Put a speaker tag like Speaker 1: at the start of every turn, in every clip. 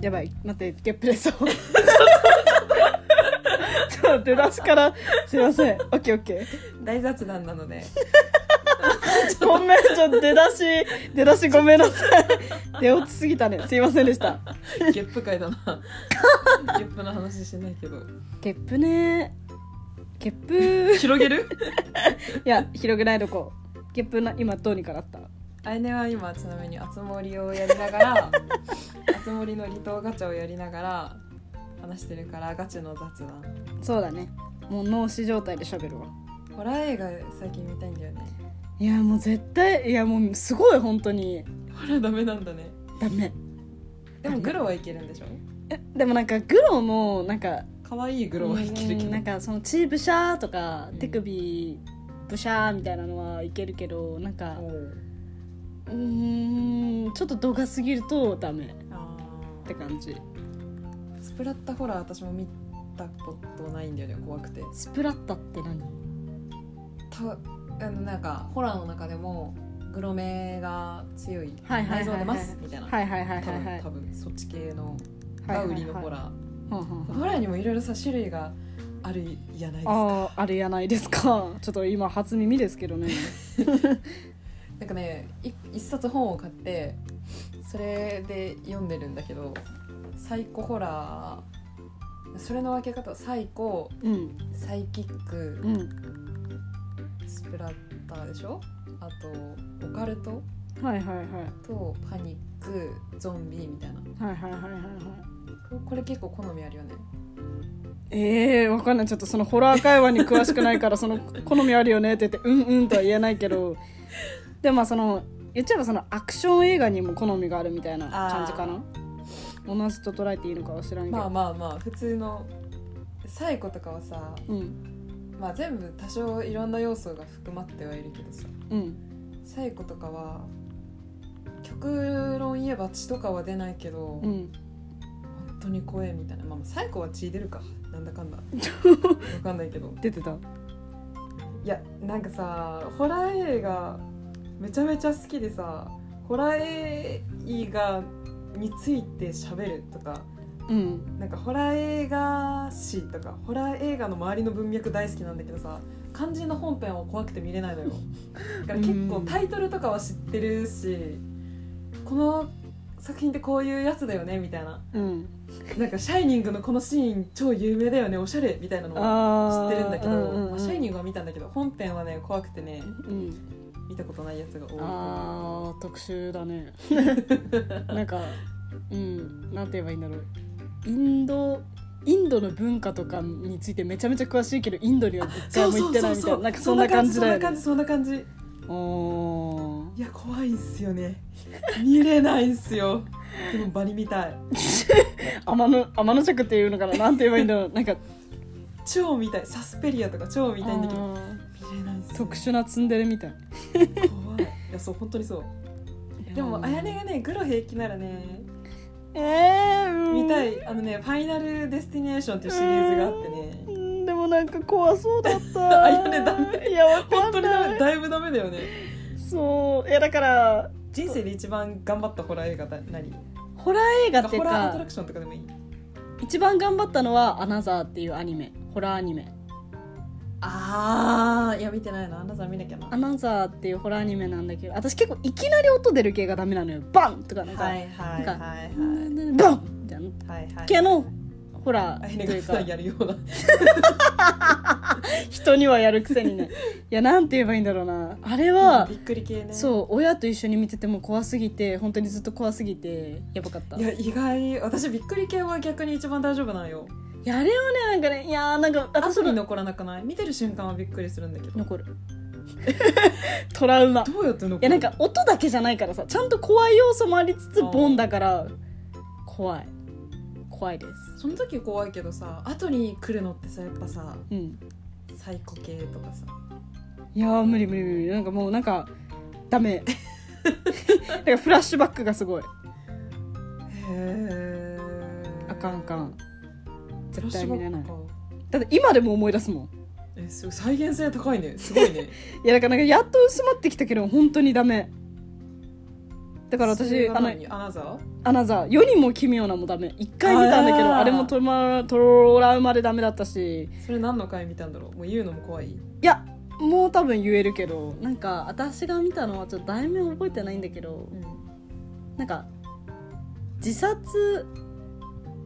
Speaker 1: やばい待ってゲップ出そうちょっと出だしからすいませんオッケーオッケ
Speaker 2: 大雑談なの で
Speaker 1: ーごめんちょっと出だし出だしごめんなさい出落ちすぎたねすいませんでした
Speaker 2: ゲップ会だな ゲップの話してないけど
Speaker 1: ゲップねゲップ
Speaker 2: 広げる
Speaker 1: いや広げないとこゲップな今どうにかなった
Speaker 2: あいねは今ちなみにあつ森をやりながらあつ森の離島ガチャをやりながら話してるからガチの雑談
Speaker 1: そうだねもう脳死状態で喋るわ
Speaker 2: ホラー映画最近見たいんだよね
Speaker 1: いやもう絶対いやもうすごい本当に
Speaker 2: ホラーダメなんだね
Speaker 1: ダメ
Speaker 2: でもグロはいけるんでしょ
Speaker 1: えでもなんかグロもなんか
Speaker 2: 可愛いグロはいけるけ
Speaker 1: う
Speaker 2: ど
Speaker 1: んなんかその血ブシャーとか、
Speaker 2: うん
Speaker 1: 手首ブシャーみたいなのはいけるけどなんか
Speaker 2: おう
Speaker 1: うーんちょっと度が過ぎるとダメっ
Speaker 2: あー
Speaker 1: て感じ
Speaker 2: スプラッタホラー私も見たことないんだよね怖くて
Speaker 1: スプラッタって何
Speaker 2: たあのなんかホラーの中でもグロめが強い
Speaker 1: はいはいはいはい
Speaker 2: 内臓出ますみたいな
Speaker 1: はいはいはいはい
Speaker 2: 多
Speaker 1: はいは
Speaker 2: 分
Speaker 1: い
Speaker 2: 多分そっち系の
Speaker 1: は
Speaker 2: が
Speaker 1: い
Speaker 2: 売りのホ
Speaker 1: ー
Speaker 2: ラー
Speaker 1: あ
Speaker 2: ホラーにもいろいろさ種類があるじゃないですか
Speaker 1: あーあれやないですか ちょっと今初耳ですけどね
Speaker 2: なんかねい一冊本を買ってそれで読んでるんだけどサイコホラーそれの分け方サイコ
Speaker 1: うん
Speaker 2: サイキッ
Speaker 1: う
Speaker 2: ク
Speaker 1: ん
Speaker 2: スプラッターでしょあとオカルト
Speaker 1: はいはいはい
Speaker 2: とパニックゾンビみたいな
Speaker 1: はいはいはいはいはい
Speaker 2: ここれ結構好みあるよね
Speaker 1: えー、わかんないちょっとそのホラー会話に詳しくないからその好みあるよねって言ってうんうんとは言えないけどでもまあその言っちゃえばそのアクション映画にも好みがあるみたいな感じかな同じと捉えていいのかは知らんけど、
Speaker 2: まあまあまあ普通のサイコとかはさ、
Speaker 1: うん
Speaker 2: まあ、全部多少いろんな要素が含まってはいるけどさ
Speaker 1: うん
Speaker 2: サイコとかは極論言えば血とかは出ないけど、
Speaker 1: うん
Speaker 2: 本当に怖えみたいなまあサイコは血出るかなんだかん だわかんないけど
Speaker 1: 出てた
Speaker 2: いやなんかさホラー映画めちゃめちゃ好きでさホラー映画について喋るとか
Speaker 1: うん
Speaker 2: なんかホラー映画史とかホラー映画の周りの文脈大好きなんだけどさ肝心の本編は怖くて見れない のよだから結構
Speaker 1: うん
Speaker 2: タイトルとかは知ってるしこの作品ってこういうやつだよねみたいな
Speaker 1: うん
Speaker 2: なんか「シャイニング」のこのシーン超有名だよねおしゃれみたいなの
Speaker 1: ああ
Speaker 2: は知ってるんだけど、
Speaker 1: うんうん
Speaker 2: まあシャイニングは見たんだけど本編はね怖くてね
Speaker 1: うん
Speaker 2: 見たことないやつが多い
Speaker 1: あー特殊だ ねなんかうんなんて言えばいいんだろうインドインドの文化とかについてめちゃめちゃ詳しいけどインドには絶対も行ってないみたいななんかそんな感じだよね
Speaker 2: そんな感じそんな感じそんな感
Speaker 1: お
Speaker 2: じいや怖いんすよね見れないんすよでもバリみたい
Speaker 1: ー天の天の尺っていうのかななんて言えばいいんだろうなんか
Speaker 2: 超みたいサスペリアとか超みたいんだけど
Speaker 1: あー
Speaker 2: 見れないんすよ
Speaker 1: 特殊なツンデレみたい
Speaker 2: 怖いいやそう本当にそうでもあやねがねグロ平気ならね
Speaker 1: ええー、うん
Speaker 2: 見たいあのね「ファイナルデスティネーション」っていうシリーズがあってね
Speaker 1: うんでもなんか怖そうだった
Speaker 2: あやねダメ
Speaker 1: いやわか
Speaker 2: 本
Speaker 1: ん
Speaker 2: 当に
Speaker 1: な
Speaker 2: ダ
Speaker 1: い
Speaker 2: メだいぶダメだよね
Speaker 1: そういやだから
Speaker 2: 人生で一番頑張ったホラー映画だ何
Speaker 1: ホラー映画ってい
Speaker 2: ホ
Speaker 1: う
Speaker 2: ラーアト
Speaker 1: か
Speaker 2: ラクションとかでもいい
Speaker 1: 一番頑張ったのは「アナザー」っていうアニメホラーアニメ
Speaker 2: ああいや見てないなあなた見なきゃな
Speaker 1: 「アナザー」っていうホラーアニメなんだけど私結構いきなり音出る系がダメなのよバンとかなんか、
Speaker 2: はいはいはいはい
Speaker 1: バンみたいな
Speaker 2: はいはい
Speaker 1: 系のホラ
Speaker 2: あ
Speaker 1: ー
Speaker 2: ひ
Speaker 1: と
Speaker 2: ねが
Speaker 1: いう
Speaker 2: 普
Speaker 1: か
Speaker 2: 段やるような
Speaker 1: 人にはやるくせに ねいやなんて言えばいいんだろうなあれは
Speaker 2: びっくり系ねう
Speaker 1: そう親と一緒に見てても怖すぎて本当にずっと怖すぎてやばかった
Speaker 2: いや意外私びっくり系は逆に一番大丈夫なんよ
Speaker 1: いやあれはねなんかねいやーなんか私
Speaker 2: 後に
Speaker 1: の
Speaker 2: 残らなくない見てる瞬間はびっくりするんだけど
Speaker 1: 残る トラウマ
Speaker 2: どうやって残る
Speaker 1: いやなんか音だけじゃないからさちゃんと怖い要素もありつつ
Speaker 2: あー
Speaker 1: ボンだから怖い怖いです
Speaker 2: その時怖いけどさ後に来るのってさやっぱさ
Speaker 1: うん
Speaker 2: サイコ系とかさ
Speaker 1: いやー無理無理無理なんかもうなんかダ メなんかフラッシュバックがすごい
Speaker 2: へえ
Speaker 1: あかんあかん絶対見れない
Speaker 2: か
Speaker 1: だって今でも思い出すもん
Speaker 2: えすごい再現性高いねすごいね
Speaker 1: いやだからなんかやっと薄まってきたけど本当にダメ だから
Speaker 2: そ
Speaker 1: 私
Speaker 2: れが
Speaker 1: あの
Speaker 2: 何アナザー
Speaker 1: アナザー世にも奇妙なもダメ一回見たんだけど
Speaker 2: あー
Speaker 1: あれもトラマトラウマでダメだったし
Speaker 2: それ何の回見たんだろうもう言うのも怖い
Speaker 1: いやもう多分言えるけどなんか私が見たのはちょっと題名覚えてないんだけど
Speaker 2: うん
Speaker 1: なんか自殺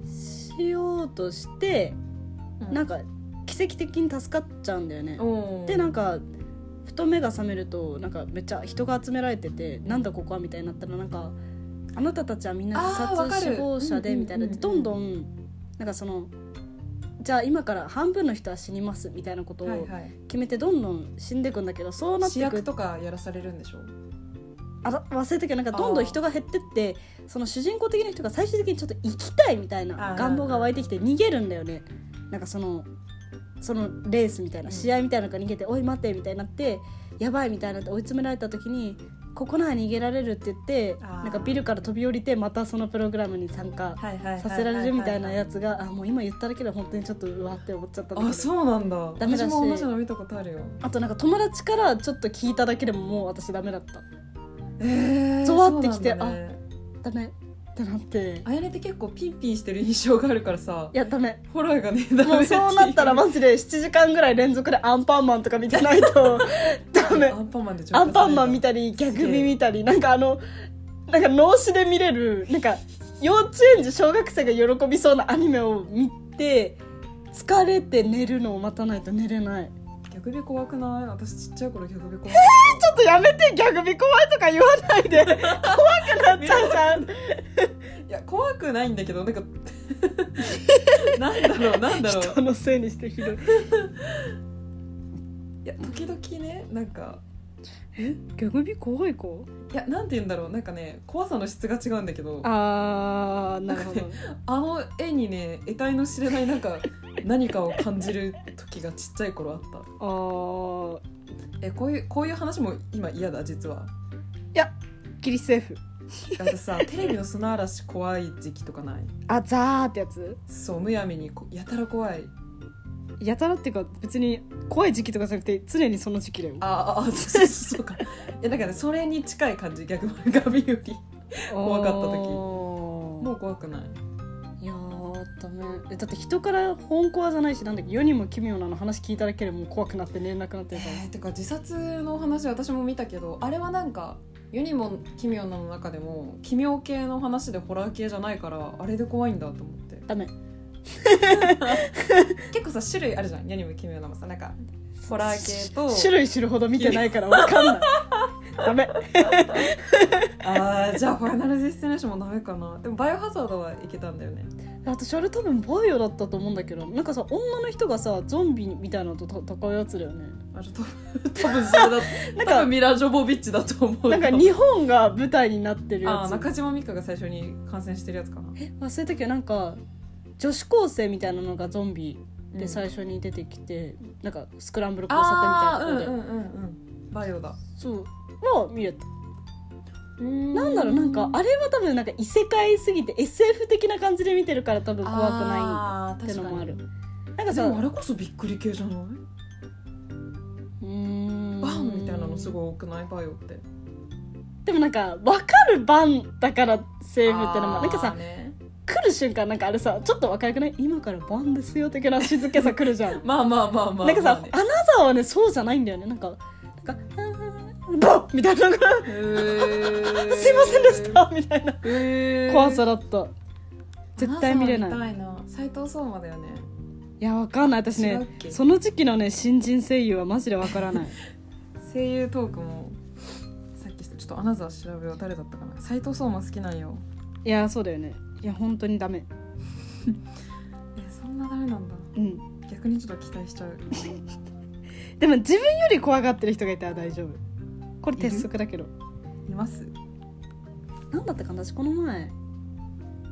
Speaker 1: しようとしてなん
Speaker 2: か
Speaker 1: か奇跡的に助かっちゃうんだよねで
Speaker 2: で
Speaker 1: なんんかふと目が覚めるとなんかめっちゃ人が集められててなんだここはみたいになったらなんかあなたたちはみんな自
Speaker 2: あーわか
Speaker 1: 殺
Speaker 2: る
Speaker 1: 死亡者で
Speaker 2: うんうんうんうん
Speaker 1: みたいなでどんどんなんかそのじゃあ今から半分の人は死にますみたいなこと
Speaker 2: はい
Speaker 1: を
Speaker 2: はい
Speaker 1: 決めてどんどん死んでいくんだけどそうなっ
Speaker 2: 主
Speaker 1: ていく
Speaker 2: 役とかやらされるんでしょ
Speaker 1: あら忘れたけどなんかどん
Speaker 2: あ
Speaker 1: ど
Speaker 2: ー
Speaker 1: ん人が減ってってその主人公的な人が最終的にちょっと生きたいみたい
Speaker 2: あ
Speaker 1: な
Speaker 2: ー
Speaker 1: 願望が湧いてきて逃げるんだよねなんかそのそのレースみたいな
Speaker 2: うん
Speaker 1: 試合みたいなのから逃げて「おい待て」みたいになって「やばい」みたいになって追い詰められた時に「ここなら逃げられる」って言って
Speaker 2: あー
Speaker 1: なんかビルから飛び降りてまたそのプログラムに参加
Speaker 2: はいはい
Speaker 1: させられるみたいなやつがあもう今言っただけで本当にちょっとうわって思っちゃったんだけど
Speaker 2: あそうなんだ
Speaker 1: ダメだし
Speaker 2: 私も同じの見たことあるよ
Speaker 1: あとなんか友達からちょっと聞いただけでももう私ダメだった
Speaker 2: え
Speaker 1: ゾワってきて
Speaker 2: そうなん
Speaker 1: ダ
Speaker 2: だね
Speaker 1: メってなって
Speaker 2: あやねって結構ピンピンしてる印象があるからさ
Speaker 1: いやダメ
Speaker 2: ホラーがねダメ
Speaker 1: もう
Speaker 2: てい
Speaker 1: そうなったらマジで7時間ぐらい連続でアンパンマンとか見てない とダメ
Speaker 2: アンパンマンで浄化
Speaker 1: ア
Speaker 2: され
Speaker 1: ン
Speaker 2: た
Speaker 1: パンマン見たりギャグ見見たりなんかあのなんか脳死で見れるなんか幼稚園児小学生が喜びそうなアニメを見て疲れて寝るのを待たないと寝れない
Speaker 2: 逆に怖くない私ちっちゃい頃逆に怖 い
Speaker 1: ちょっとやめてギャグ見怖いとか言わないで怖くなっちゃうじゃん
Speaker 2: いや怖くないんだけどなん かなんだろうなんだろう
Speaker 1: 人のせいにしてひどい
Speaker 2: いや時々ねなんか
Speaker 1: ギャグ見怖い子
Speaker 2: いやなんて言うんだろうなんかね怖さの質が違うんだけどあ
Speaker 1: あーなるほど
Speaker 2: の絵にね得体の知れないなんか何かを感じる時がちっちゃい頃あった
Speaker 1: あー
Speaker 2: えこういうこういう話も今嫌だ実 は
Speaker 1: ギリセーフ
Speaker 2: あとさテレビの砂嵐怖い時期とかない
Speaker 1: あザーってやつ
Speaker 2: そうむやみにこやたら怖い
Speaker 1: やたらっていうか別に怖い時期とかじゃなくて常にその時期だよ
Speaker 2: あああ そうそうそうかいやだからそれに近い感じ逆漫画見より怖かった時も
Speaker 1: も
Speaker 2: う怖くない
Speaker 1: いやーダメえだって人から本コアじゃないしなんだっけ世にも奇妙なの話聞いただけでもう怖くなって寝れなくなってるから
Speaker 2: えー、てか自殺の話私も見たけどあれはなんかユニモン奇妙なの中でも奇妙系の話でホラー系じゃないからあれで怖いんだと思って
Speaker 1: ダメ
Speaker 2: 結構さ種類あるじゃんユニモン奇妙なのさなんかホラー系と
Speaker 1: 種類知るほど見てないからわかん ないダメ
Speaker 2: あーじゃあファイナルディスティネーションもダメかなでもバイオハザードはいけたんだよね
Speaker 1: 私あれ多分バイオだったと思うんだけどなんかさ女の人がさゾンビみたいなのと戦うやつだよね
Speaker 2: あれ多分多分それだ
Speaker 1: なん
Speaker 2: 多
Speaker 1: か
Speaker 2: 分ミラ・ジョボビッチだと思う
Speaker 1: なんか日本が舞台になってるや
Speaker 2: あー
Speaker 1: つ
Speaker 2: 中島美嘉が最初に感染してるやつかな
Speaker 1: 忘れたけどなんか女子高生みたいなのがゾンビ
Speaker 2: う
Speaker 1: で
Speaker 2: ん
Speaker 1: 最初に出てきて、なんかスクランブル交差点みた
Speaker 2: あ
Speaker 1: いなところで、
Speaker 2: ーうんうんうんうんバイオだ
Speaker 1: そうもう見れた
Speaker 2: な
Speaker 1: なんだろうなんかあ
Speaker 2: れ
Speaker 1: れは多分なんか異世界すぎて SF 的な感じで見てるから多分怖くな
Speaker 2: ない
Speaker 1: ってのもあるいなんか
Speaker 2: で
Speaker 1: さ
Speaker 2: もあれこそびっくり系じゃないう
Speaker 1: ーん
Speaker 2: バンみたいなのすごい多くないバイオって
Speaker 1: でもなんか分かる番だからセーブってのもなんか
Speaker 2: あー
Speaker 1: さ
Speaker 2: ね
Speaker 1: 来る瞬間なんかあれさちょっと分かるくない今から番ですよ的な静けさ来るじゃん
Speaker 2: まあまあまあまあ
Speaker 1: なんかさ、
Speaker 2: ま
Speaker 1: アナザーはね、そうじゃないんだよね。なんか、なんか、あーボンみたいなのが、
Speaker 2: あねへー
Speaker 1: すいませんでしたみたいな
Speaker 2: へー
Speaker 1: 怖さだった。絶対見れない
Speaker 2: アナザー見たいな斎藤壮馬だよね
Speaker 1: いや、わかんない。私
Speaker 2: 違う
Speaker 1: ね
Speaker 2: っ、け
Speaker 1: その時期のね、新人声優はマジでわから ない。
Speaker 2: 声優トークもさっきちょっとアナザー調べよう誰だったかな斎藤壮馬好きなんよ
Speaker 1: いや、そうだよね。いや、本当にダメ。
Speaker 2: えそんなダメなんだ
Speaker 1: うん。
Speaker 2: 逆にちょっと期待しちゃう
Speaker 1: でも、自分より怖がってる人がいたら大丈夫。これ鉄則だけど。
Speaker 2: います
Speaker 1: なんだったかな私この前、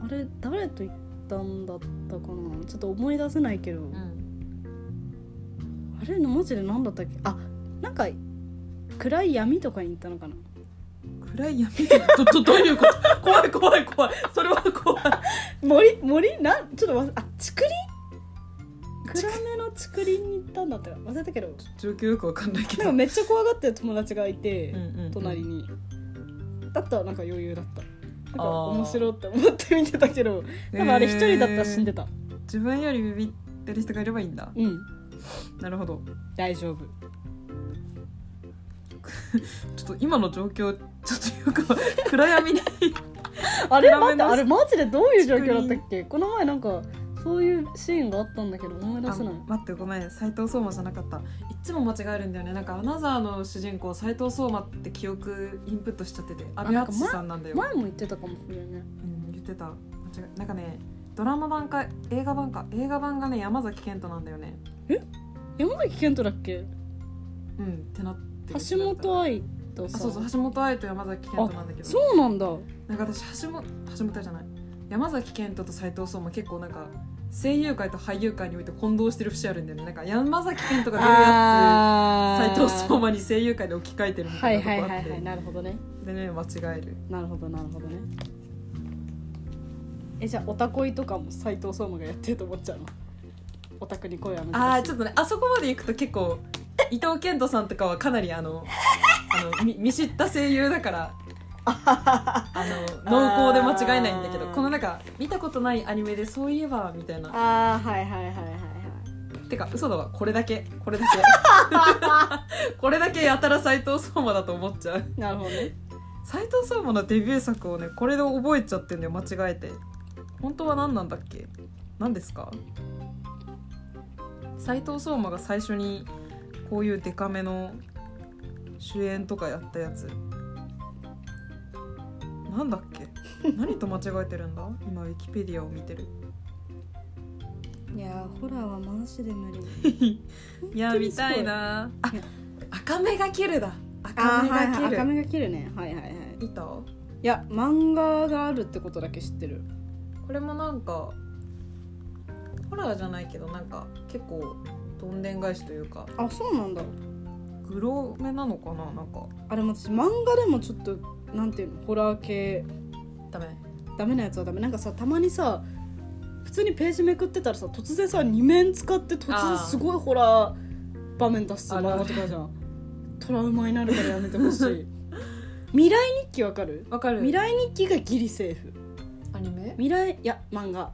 Speaker 1: あれ、誰と行ったんだったかなちょっと思い出せないけど。
Speaker 2: うん
Speaker 1: あれのマジで何だったっけあなんか暗い闇とかに行ったのかな
Speaker 2: 暗い闇 どどどういうこと怖い怖い怖いそれは怖い
Speaker 1: 森森なんちょっと忘れあ竹林暗めの竹林に行ったんだったら忘れたけど
Speaker 2: 状況よくわかんないけ
Speaker 1: なんか
Speaker 2: ど、
Speaker 1: めっちゃ怖がってる友達がいて、
Speaker 2: うんうんうん
Speaker 1: 隣にだったらなんか余裕だったなんか
Speaker 2: あー
Speaker 1: 面白いって思って見てたけど多分あれ一人だったら死んで
Speaker 2: た
Speaker 1: た、
Speaker 2: 自分よりビビってる人がいればいいんだ
Speaker 1: うん
Speaker 2: なるほど
Speaker 1: 大丈夫
Speaker 2: ちょっと今の状況ちょっとよく暗闇に
Speaker 1: あれ待
Speaker 2: 暗め
Speaker 1: って
Speaker 2: の
Speaker 1: あれマジでどういう状況だったっけこの前なんかそういうシーンがあったんだけど思い出
Speaker 2: あ
Speaker 1: せない
Speaker 2: 待ってごめん斉藤壮馬じゃなかったいっつも間違えるんだよねなんかアナザーの主人公斉藤壮馬って記憶インプットしちゃってて阿部
Speaker 1: なんか
Speaker 2: 淳さんなんだよ、
Speaker 1: 前も言ってたかもしれないね
Speaker 2: うん、言ってた間違えなんかねドラマ版か映画版か映画版がね山崎賢人なんだよね
Speaker 1: 山崎賢人だっけ
Speaker 2: うんってなってる
Speaker 1: 橋本愛とさ
Speaker 2: あそうそう橋本愛と山崎賢人なんだけど
Speaker 1: そうなんだ
Speaker 2: なんか私橋本橋本愛じゃない山崎賢人と斉藤壮馬結構なんか声優界と俳優界において混同してる節あるんだよねなんか山崎賢人が出るやつ
Speaker 1: あ
Speaker 2: 斉
Speaker 1: ー
Speaker 2: 藤壮馬に声優界で置き換えてるみ
Speaker 1: は
Speaker 2: た
Speaker 1: い
Speaker 2: い
Speaker 1: はいは
Speaker 2: なとこあっ
Speaker 1: い
Speaker 2: て、
Speaker 1: はいなるほどね
Speaker 2: でね間違える
Speaker 1: なるほどなるほどねえじゃあオタコイとかも斎藤聡馬がやってると思っちゃうのオタクに声は
Speaker 2: あ
Speaker 1: 難
Speaker 2: あ
Speaker 1: し
Speaker 2: ちょっとねあそこまで行くと結構伊藤健人さんとかはかなりあのあのみ見知った声優だからあの濃厚で間違えないんだけど
Speaker 1: あー
Speaker 2: このなんか見たことないアニメでそういえばみたいな
Speaker 1: あーはいはいはいはいはい
Speaker 2: てか嘘だわこれだけこ れだけこれだけやたら斎藤壮馬だと思っちゃう
Speaker 1: なるほどね
Speaker 2: 斎藤壮馬のデビュー作をねこれで覚えちゃってんだよ間違えて本当は何なんだっけ何ですか斎藤壮馬が最初にこういうデカめの主演とかやったやつなんだっけ何と間違えてるんだ今ウィキペディアを見てる
Speaker 1: いやーホラーはマジで無理
Speaker 2: いや見たいなあ
Speaker 1: いや
Speaker 2: 赤目がキルだ赤
Speaker 1: あ
Speaker 2: 目
Speaker 1: ーはい
Speaker 2: が
Speaker 1: はい
Speaker 2: キ
Speaker 1: 赤
Speaker 2: ル
Speaker 1: 目が切るねはいはいはい
Speaker 2: 見たこ
Speaker 1: いや漫画があるってことだけ知ってる
Speaker 2: れもなんかホラーじゃないけどなんか結構どんでん返しというか
Speaker 1: あそうなんだ
Speaker 2: グロめなのかななんか
Speaker 1: あれ私漫画でもちょっとなんていうのホラー系
Speaker 2: ダメ
Speaker 1: ダメなやつはダメなんかさたまにさ普通にページめくってたらさ突然さ2面使って突
Speaker 2: あ
Speaker 1: 然
Speaker 2: ー
Speaker 1: すごいホラー場面出す
Speaker 2: あ
Speaker 1: 漫
Speaker 2: るある
Speaker 1: 画とかじゃんトラウマになるからやめてほし い未来日記わかる
Speaker 2: わかる
Speaker 1: 未来日記がギリセーフ
Speaker 2: アニメ
Speaker 1: 未来いや漫画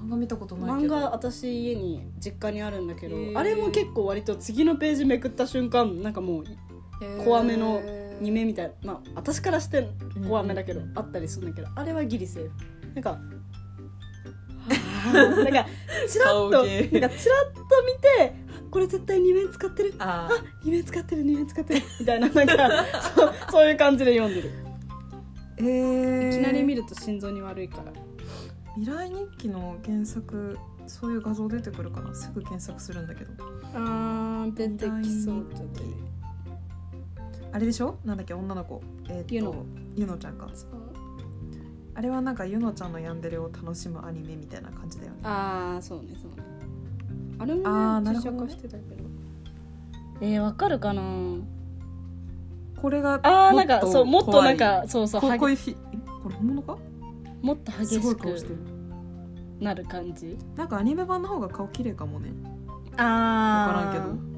Speaker 2: 漫画見たことない
Speaker 1: 漫
Speaker 2: けど
Speaker 1: 画私家に実家にあるんだけど
Speaker 2: へー
Speaker 1: あれも結構割と次のページめくった瞬間なんかもう
Speaker 2: へー
Speaker 1: 怖めの2面みたいな、まあ、私からして怖めだけど、あったりするんだけどあれはギリセーフなん かなんかチラッ
Speaker 2: 顔
Speaker 1: と
Speaker 2: 芸
Speaker 1: なんかチラッと見てあこれ絶対2面使ってる
Speaker 2: あ
Speaker 1: 2面使ってる2面使ってるみたいななんかそうそういう感じで読んでる
Speaker 2: えー、
Speaker 1: いきなり見ると心臓に悪いから
Speaker 2: 未来日記の原作そういう画像出てくるかなすぐ検索するんだけど
Speaker 1: あー出てきそう
Speaker 2: 未来日記あれでしょなんだっけ女の子えーっと
Speaker 1: ゆの
Speaker 2: ゆのちゃんかあれはなんかゆのちゃんのヤンデレを楽しむアニメみたいな感じだよね
Speaker 1: ああそうねそうねあれもね
Speaker 2: あーなる
Speaker 1: 実写
Speaker 2: ほどね
Speaker 1: 化してたけどえー、わかるかな
Speaker 2: これが
Speaker 1: あーな
Speaker 2: もっ
Speaker 1: ん
Speaker 2: と
Speaker 1: かそうもっとなん
Speaker 2: 怖い
Speaker 1: かそうそう
Speaker 2: こ
Speaker 1: は
Speaker 2: こいフィこれ本物か
Speaker 1: もっと
Speaker 2: す
Speaker 1: 激
Speaker 2: ごい
Speaker 1: し
Speaker 2: 顔して
Speaker 1: く
Speaker 2: る
Speaker 1: なる感じ
Speaker 2: なんかアニメ版の方が顔綺麗かもね分から
Speaker 1: あ
Speaker 2: んけ
Speaker 1: 分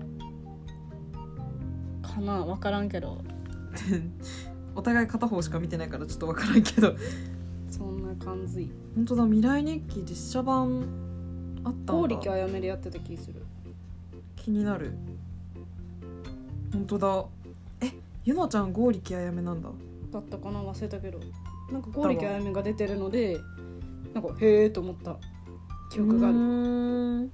Speaker 1: からんけど
Speaker 2: ど
Speaker 1: かな分からんけど
Speaker 2: お互い片方しか見てないからちょっと分からんけど
Speaker 1: そんな感じ
Speaker 2: 本当だ未来日記実写版あった
Speaker 1: 剛
Speaker 2: ん
Speaker 1: 力
Speaker 2: だ
Speaker 1: あやめでやってた気する
Speaker 2: 気になる本当だえゆなちゃん剛力あやめなんだ
Speaker 1: だったかな忘れたけどなんか剛力あやめが出てるのでなんかへえと思った記憶があ
Speaker 2: う
Speaker 1: る
Speaker 2: ーん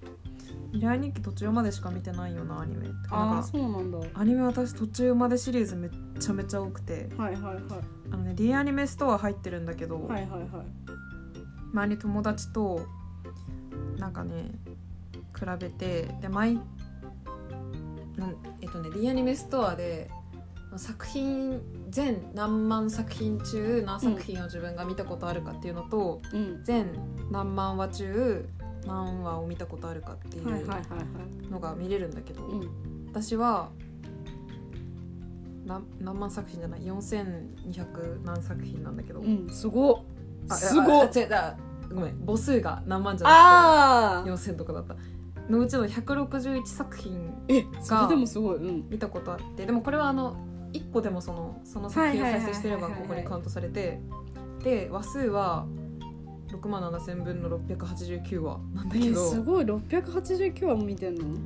Speaker 2: 未来日記途中までしか見てないよなアニメてかな
Speaker 1: あ
Speaker 2: ん
Speaker 1: あ
Speaker 2: か
Speaker 1: そうなんだは
Speaker 2: アニメ私途中までシリーズめっちゃめちゃ多くて
Speaker 1: いはいはい
Speaker 2: あのね D アニメストア入ってるんだけど、
Speaker 1: はいはいはい
Speaker 2: 前に友達となんかね比べてで毎なんえっとね D アニメストアでまあ作品全何万作品中何作品を自分が見たことあるかっていうのと、
Speaker 1: うん
Speaker 2: 全何万話中何話を見たことあるかってい
Speaker 1: はいはいうはいはい
Speaker 2: のが見れるんだけど、
Speaker 1: うん
Speaker 2: 私は何何万作品じゃない4200何作品なんだけど、
Speaker 1: うんすごっ
Speaker 2: あ
Speaker 1: すご
Speaker 2: あ
Speaker 1: っ
Speaker 2: 違うあごめん母数が何万じゃな
Speaker 1: あ
Speaker 2: くて
Speaker 1: あ
Speaker 2: 4000とかだったのうちの161作品
Speaker 1: えそれでもすごいうん
Speaker 2: 見たことあってでもこれはあの1個でもそのその作品を再生してれ
Speaker 1: は
Speaker 2: ば
Speaker 1: いはい
Speaker 2: こ
Speaker 1: はいはい
Speaker 2: こ
Speaker 1: はい
Speaker 2: にカウントされてで話数は6万7000分の689話なんだ
Speaker 1: え
Speaker 2: け
Speaker 1: ーす
Speaker 2: ど
Speaker 1: ごい689話も見てんの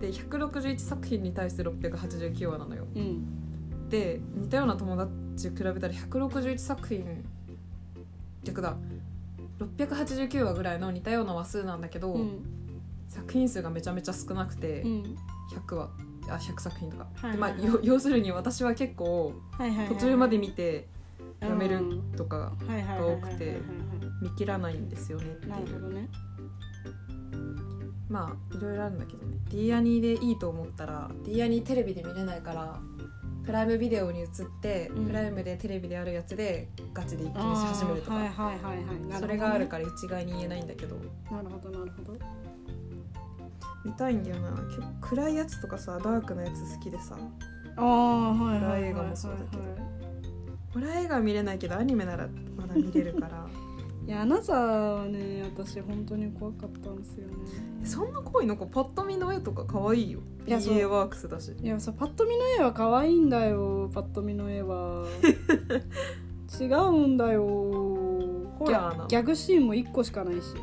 Speaker 2: で161作品に対して689話なのよ
Speaker 1: うん
Speaker 2: で似たような友達比べたら161作品逆だ689話ぐらいの似たような話数なんだけど、
Speaker 1: うん
Speaker 2: 作品数がめちゃめちゃ少なくて
Speaker 1: うん
Speaker 2: 100話あ100作品とか、
Speaker 1: はい
Speaker 2: でまあ、よ要するに私は結構
Speaker 1: はいはいはい
Speaker 2: 途中まで見てやめる
Speaker 1: うん
Speaker 2: とか
Speaker 1: はいはい
Speaker 2: が
Speaker 1: はい
Speaker 2: 多
Speaker 1: はい
Speaker 2: く
Speaker 1: はい
Speaker 2: て
Speaker 1: は
Speaker 2: 見切らないんですよねって
Speaker 1: いなる
Speaker 2: い
Speaker 1: ほ
Speaker 2: う
Speaker 1: どね
Speaker 2: まあいろいろあるんだけどね D アニでいいと思ったら D アニテレビで見れないからプライムビデオに移って、
Speaker 1: うん
Speaker 2: プライムでテレビであるやつでガチで一気にし
Speaker 1: あ
Speaker 2: 始めると
Speaker 1: ー
Speaker 2: か、
Speaker 1: はいはいはいはいなるほどね
Speaker 2: それがあるから一概に言えないんだけど
Speaker 1: なるほどなるほど
Speaker 2: 見たいんだよな結構暗いやつとかさダークなやつ好きでさ
Speaker 1: ああはいはいはい
Speaker 2: ホ
Speaker 1: は
Speaker 2: ラー映画
Speaker 1: い
Speaker 2: もそうだけど
Speaker 1: はい
Speaker 2: ホラー映画は見れないけどアニメならまだ見れるから
Speaker 1: いやアナザーはね私本当に怖かったんですよね
Speaker 2: そんな濃いのかパッと見の絵とか可愛いよ
Speaker 1: いやそう
Speaker 2: PA ワークスだし
Speaker 1: いやさパッと見の絵は可愛いんだよパッと見の絵 は違うんだよホ
Speaker 2: ラーな
Speaker 1: ギャグシーンも1個しかないし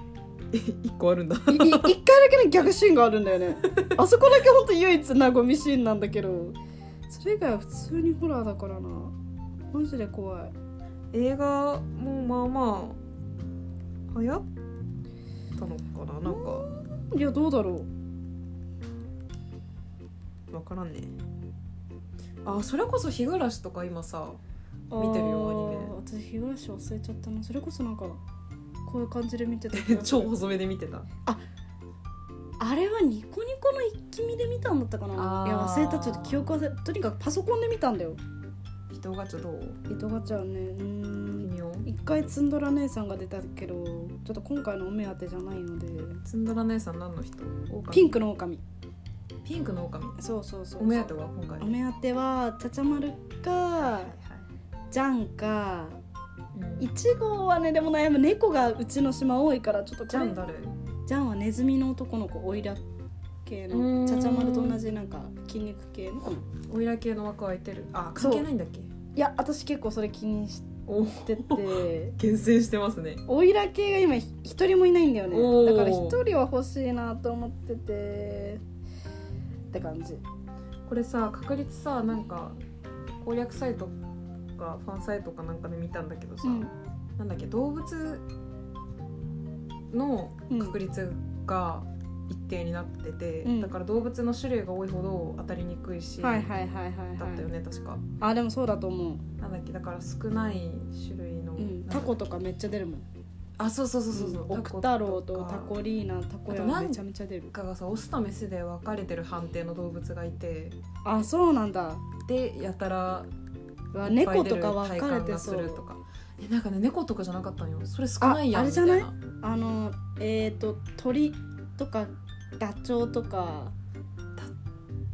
Speaker 2: え1個あるんだ
Speaker 1: いい一回だけねギャグシーンがあるんだよねあそこだけほんと唯一なゴミシーンなんだけどそれ以外は普通にホラーだからなマジで怖い
Speaker 2: 映画もまあまあ流行ったのかななんか
Speaker 1: いやどうだろう
Speaker 2: 分からんねあそれこそ日暮らしとか今さ 見てるよアニメ
Speaker 1: あー私日暮らし忘れちゃったなそれこそなんかこういう感じで見てた
Speaker 2: 超細めで見てた
Speaker 1: あれはニコニコの一気見で見たんだったかな
Speaker 2: あー
Speaker 1: いや忘れたちょっと記憶忘れとにかくパソコンで見たんだよ
Speaker 2: 人がちょっとどう
Speaker 1: 伊藤ガチャはねうー
Speaker 2: 微
Speaker 1: ん
Speaker 2: 妙
Speaker 1: 一回ツンドラ姉さんが出たけどちょっと今回のお目当てじゃないので
Speaker 2: ツンドラ姉さん何の人狼
Speaker 1: ピンクの狼
Speaker 2: ピンクの狼
Speaker 1: そうそうそう
Speaker 2: お目当ては今回
Speaker 1: お目当てはちゃちゃ丸かジャンか
Speaker 2: うん
Speaker 1: いちごはねでも悩む猫がうちの島多いからちょっとこ
Speaker 2: ジャ
Speaker 1: れ
Speaker 2: ン誰
Speaker 1: ジャンはネズミの男の子オイラ系
Speaker 2: うー
Speaker 1: の
Speaker 2: ん
Speaker 1: ちゃちゃ丸と同じなんか筋肉系の
Speaker 2: おイラ系の枠空いてるあ
Speaker 1: そ
Speaker 2: 関
Speaker 1: う
Speaker 2: 係ないんだっけ
Speaker 1: いや私結構それ気にし
Speaker 2: お
Speaker 1: て て
Speaker 2: 厳選してますね
Speaker 1: オイラ系が今ひ一人もいないんだよ
Speaker 2: お
Speaker 1: ね
Speaker 2: ー
Speaker 1: だから一人は欲しいなと思っててって感じ
Speaker 2: これさ確率さなんか攻略サイトかファンサイトかなんかで見たんだけどさ、
Speaker 1: うん
Speaker 2: なんだっけ動物の確率が一定になってて、
Speaker 1: うん
Speaker 2: だから動物の種類が多いほど当たりにくいし、
Speaker 1: はいはいはいはい
Speaker 2: だったよ
Speaker 1: はい
Speaker 2: ね確か
Speaker 1: あでもそうだと思う、
Speaker 2: なんだっけだから少ない種類の、
Speaker 1: うん、
Speaker 2: な
Speaker 1: タ
Speaker 2: んだ
Speaker 1: コとかめっちゃ出るもん
Speaker 2: あそうそうそうそうそう、
Speaker 1: ん奥太郎とタコリーナタコ
Speaker 2: あ
Speaker 1: ヤ
Speaker 2: となん
Speaker 1: めちゃめちゃ出る
Speaker 2: かがさオスとメスで分かれてる判定の動物がいて
Speaker 1: あそうなんだ
Speaker 2: でやたら
Speaker 1: うわ
Speaker 2: いっぱ
Speaker 1: 猫
Speaker 2: い出
Speaker 1: と
Speaker 2: る
Speaker 1: か分かれ
Speaker 2: 体感
Speaker 1: て
Speaker 2: がす
Speaker 1: そ
Speaker 2: る
Speaker 1: う
Speaker 2: とかえなんかね猫とかじゃなかったんよそれ少ないや
Speaker 1: あ
Speaker 2: ん
Speaker 1: あれ
Speaker 2: み
Speaker 1: じ
Speaker 2: た
Speaker 1: ゃ
Speaker 2: い
Speaker 1: な
Speaker 2: ない
Speaker 1: あのえっ、ー、と鳥とかダチョウとか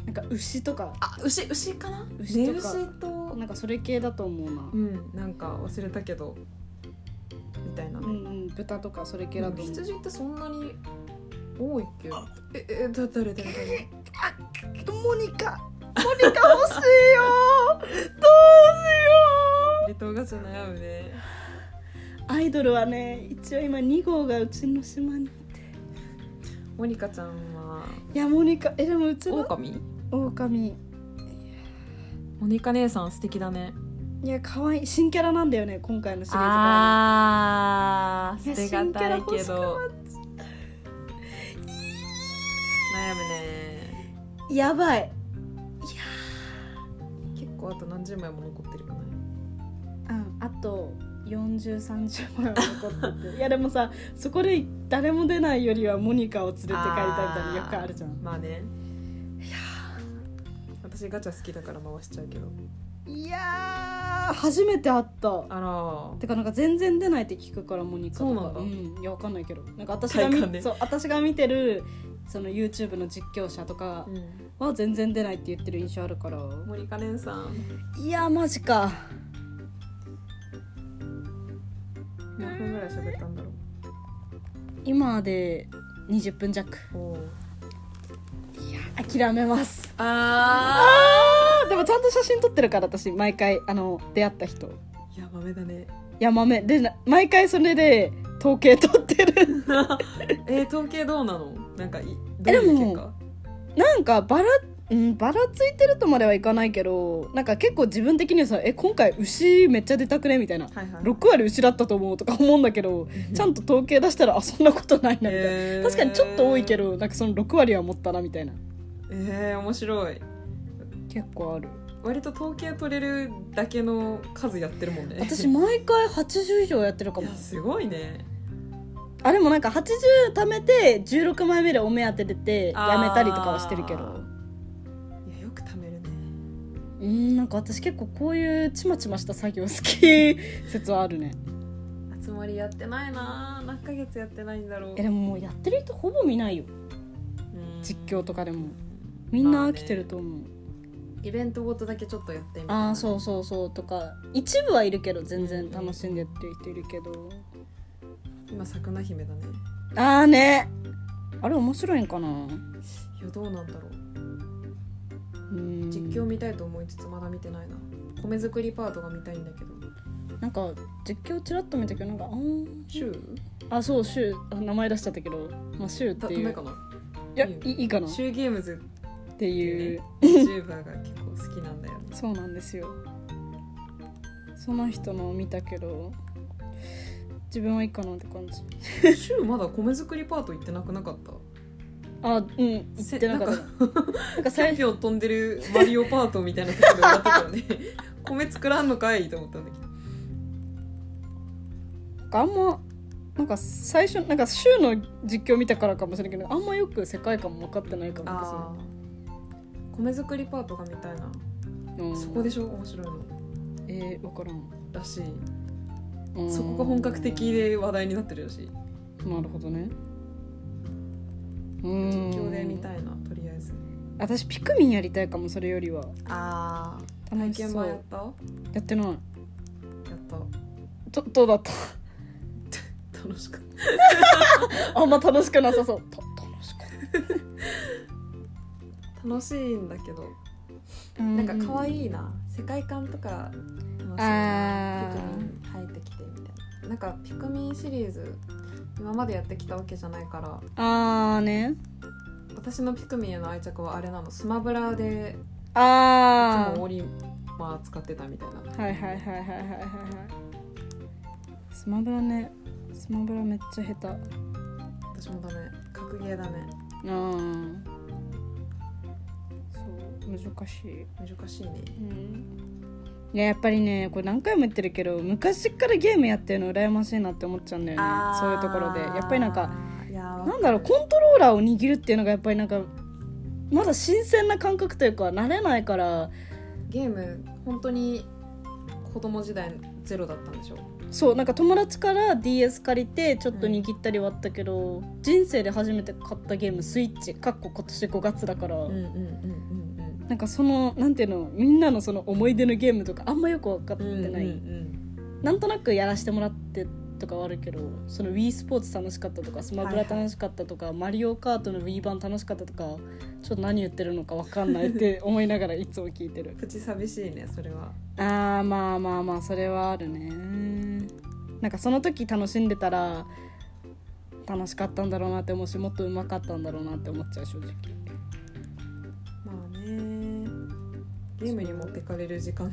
Speaker 1: なんか牛とか
Speaker 2: あ牛牛かな
Speaker 1: 牛とか
Speaker 2: 寝牛と
Speaker 1: なんかそれ系だと思うな
Speaker 2: う、んなんか忘れたけどみたいな
Speaker 1: うん
Speaker 2: ね、
Speaker 1: うん、豚とかそれ系だと思う
Speaker 2: 羊ってそんなに多いっけええだ誰誰 誰
Speaker 1: モニカモニカ欲しいよどうしよ
Speaker 2: 離島ガチャ悩むね
Speaker 1: うアイドルはね一応今2号がうちの島に
Speaker 2: モニカちゃんはい
Speaker 1: やモニカえでもうち
Speaker 2: オオ
Speaker 1: の
Speaker 2: カミ
Speaker 1: オオカミ
Speaker 2: モニカ姉さん素敵だね
Speaker 1: いや可愛い新キャラなんだよね今回のシリーズが
Speaker 2: あー
Speaker 1: いや
Speaker 2: 捨てがたいけ
Speaker 1: 新キャラ
Speaker 2: ど
Speaker 1: 欲
Speaker 2: 悩むね
Speaker 1: やばい
Speaker 2: 結構あと何十枚も残ってるかな
Speaker 1: うん、あと4030枚は残って ていやでもさそこで誰も出ないよりはモニカを連れて帰りたいみたいなよくあるじゃん
Speaker 2: まあねいや私ガチャ好きだから回しちゃうけど
Speaker 1: いやー初めて会った
Speaker 2: あら
Speaker 1: てかなんか全然出ないって聞くからモニカとか
Speaker 2: そうなんだ
Speaker 1: いやわかんないけどなんか私が見
Speaker 2: 体感で
Speaker 1: そう私が見てるその YouTube の実況者とか
Speaker 2: うん
Speaker 1: は全然出ないって言ってる印象あるから
Speaker 2: 森かれんさん
Speaker 1: いやマジか
Speaker 2: 何分ぐらい喋ったんだろ
Speaker 1: 今で20分弱
Speaker 2: うお
Speaker 1: 諦めます
Speaker 2: あ
Speaker 1: でもちゃんと写真撮ってるから私毎回あの出会った人
Speaker 2: いや豆だね
Speaker 1: ヤマメでな毎回それで統計取ってる
Speaker 2: えー、統計どうなのなんかいどういう結果
Speaker 1: なんかバラうん、ばらついてるとまではいかないけどなんか結構自分的にはさ「え今回牛めっちゃ出たくね?」みたいな
Speaker 2: はいはい
Speaker 1: 6割牛だったと思うとか思うんだけどちゃんと統計出したらあそんなことないなみたいな、
Speaker 2: えー
Speaker 1: 確かにちょっと多いけどなんかその6割は持ったなみたいな
Speaker 2: えー、面白い
Speaker 1: 結構ある
Speaker 2: 割と統計取れるだけの数やってるもんね
Speaker 1: 私
Speaker 2: い
Speaker 1: 毎回80以上やってるかも
Speaker 2: やすご いね
Speaker 1: あでもなんか80貯めて16枚目でお目当て出て
Speaker 2: あー
Speaker 1: やめたりとかはしてるけど
Speaker 2: いやよく貯めるね
Speaker 1: うんなんか私結構こういうちまちました作業好き説はあるね
Speaker 2: 集まりやってないな何ヶ月やってないんだろう
Speaker 1: えでももうやってる人ほぼ見ないよ
Speaker 2: うん
Speaker 1: 実況とかでもみんな飽きてると思う、
Speaker 2: イベントごとだけちょっとやってみたい
Speaker 1: あ
Speaker 2: な
Speaker 1: あそうそうそうとか一部はいるけど全然楽しんでやってる人いるけど、
Speaker 2: 今桜姫だね
Speaker 1: ああねあれ面白いんかない
Speaker 2: やどうなんだろう
Speaker 1: うん
Speaker 2: 実況見たいと思いつつまだ見てないな米作りパートが見たいんだけど
Speaker 1: なんか実況ちらっと見たけどなんかあー
Speaker 2: 週
Speaker 1: あそうシュウあ名前出しちゃったけど、まあ、シュウって
Speaker 2: だダ
Speaker 1: い
Speaker 2: メ
Speaker 1: う
Speaker 2: かない
Speaker 1: や
Speaker 2: いい
Speaker 1: い
Speaker 2: よ
Speaker 1: いいいかなっ
Speaker 2: 週ゲーム ズ
Speaker 1: ていう、
Speaker 2: YouTuber が結構好きなんだよ ね
Speaker 1: そうなんですよその人のを見たけど自分はいいかなって感じ
Speaker 2: 週まだ米作りパート行ってなくなかった
Speaker 1: あうん言ってなかった なんか
Speaker 2: チャン
Speaker 1: 最
Speaker 2: ピオン飛んでるマリオパートみたいなところで終わってたよね 米作らんのかいと思ったんだけど
Speaker 1: なんかあんまなんか最初なんか週の実況見たからかもしれないけどあんまよく世界観も分かってないか
Speaker 2: あ
Speaker 1: も
Speaker 2: ー米作りパートが見たいな、
Speaker 1: 私、うん、
Speaker 2: そこでしょ面白いの
Speaker 1: えー、分からん
Speaker 2: らしい
Speaker 1: うん
Speaker 2: そこが本格的で話題になってるらしい
Speaker 1: なるほどねう
Speaker 2: 実
Speaker 1: ん
Speaker 2: 況で見たいなとりあえず
Speaker 1: 私ピクミンやりたいかもそれよりは
Speaker 2: ああ体
Speaker 1: 楽し
Speaker 2: 験
Speaker 1: そ
Speaker 2: 版や
Speaker 1: う
Speaker 2: ったや
Speaker 1: やってない
Speaker 2: った
Speaker 1: どどうだった
Speaker 2: 楽しかっ
Speaker 1: あんま楽しくなさそうた楽しかった
Speaker 2: 楽しいんだけど
Speaker 1: た
Speaker 2: なんか可
Speaker 1: い
Speaker 2: 愛いな世界観とか楽しい
Speaker 1: あ
Speaker 2: なピクミン入ってきてみたいななんかピクミンシリーズ今までやってきたわけじゃないから
Speaker 1: あーね
Speaker 2: 私のピクミンへの愛着はあれなのスマブラでい
Speaker 1: あ
Speaker 2: つも
Speaker 1: ー
Speaker 2: オリマー使ってたみたいな
Speaker 1: はいはいはいはいはいはいはいスマブラねスマブラめっちゃ下手あ
Speaker 2: 私もダメ格ゲーダメ
Speaker 1: ーそう難しい
Speaker 2: 難しいね
Speaker 1: うんいややっぱりねこれ何回も言ってるけど昔からゲームやってるの羨ましいなって思っちゃうんだよねそういうところでやっぱりなんか
Speaker 2: いやー
Speaker 1: なんだろうコントローラーを握るっていうのがやっぱりなんかまだ新鮮な感覚というか慣れないから
Speaker 2: ゲーム本当に子供時代ゼロだったんでしょ
Speaker 1: そうなんか友達から DS 借りてちょっと握ったりはあったけど、人生で初めて買ったゲームスイッチかっこ今年5月だから、
Speaker 2: うんうんうんうん
Speaker 1: なんかそのなんていうのみんなのその思い出のゲームとかあんまよく分かって
Speaker 2: うん
Speaker 1: ない、
Speaker 2: うん
Speaker 1: なんとなくやらせてもらってとかはあるけどその Wii スポーツ楽しかったとかスマブラ楽しかったとか、マリオカートの Wii 版楽しかったとかちょっと何言ってるのか分かんない って思いながらいつも聞いてる
Speaker 2: プチ寂しいねそれは
Speaker 1: あーまあまあまあそれはあるねなんかその時楽しんでたら楽しかったんだろうなって思うしもっと上手かったんだろうなって思っちゃう正直
Speaker 2: まあねゲームに持ってかれる時間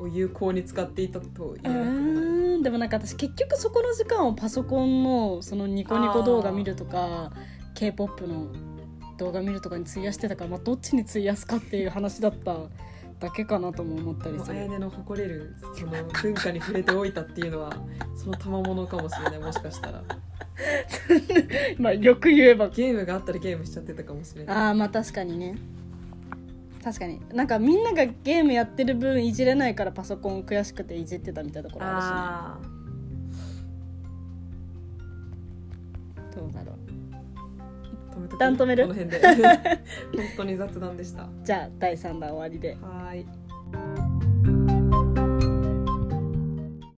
Speaker 2: を有効に使っていたと言えなくもない
Speaker 1: うんでもなんか私結局そこの時間をパソコンのそのニコニコ動画見るとか k p o p の動画見るとかに費やしてたから、まあ、どっちに費やすかっていう話だっただけかなとも思ったり
Speaker 2: もう
Speaker 1: す
Speaker 2: あ
Speaker 1: る
Speaker 2: やねの誇れるその文化に触れておいたっていうのはその賜物かもしれないもしかしたら
Speaker 1: まあよく言えば
Speaker 2: ゲームがあったらゲームしちゃってたかもしれない
Speaker 1: あーまあ確かにね確かになんかみんながゲームやってる分いじれないからパソコン悔しくていじってたみたいなところあ
Speaker 2: あー
Speaker 1: るしねどうだろう
Speaker 2: 止めとく
Speaker 1: 一旦止める
Speaker 2: この辺で本当に雑談でした
Speaker 1: じゃあ第3弾終わりで
Speaker 2: はーい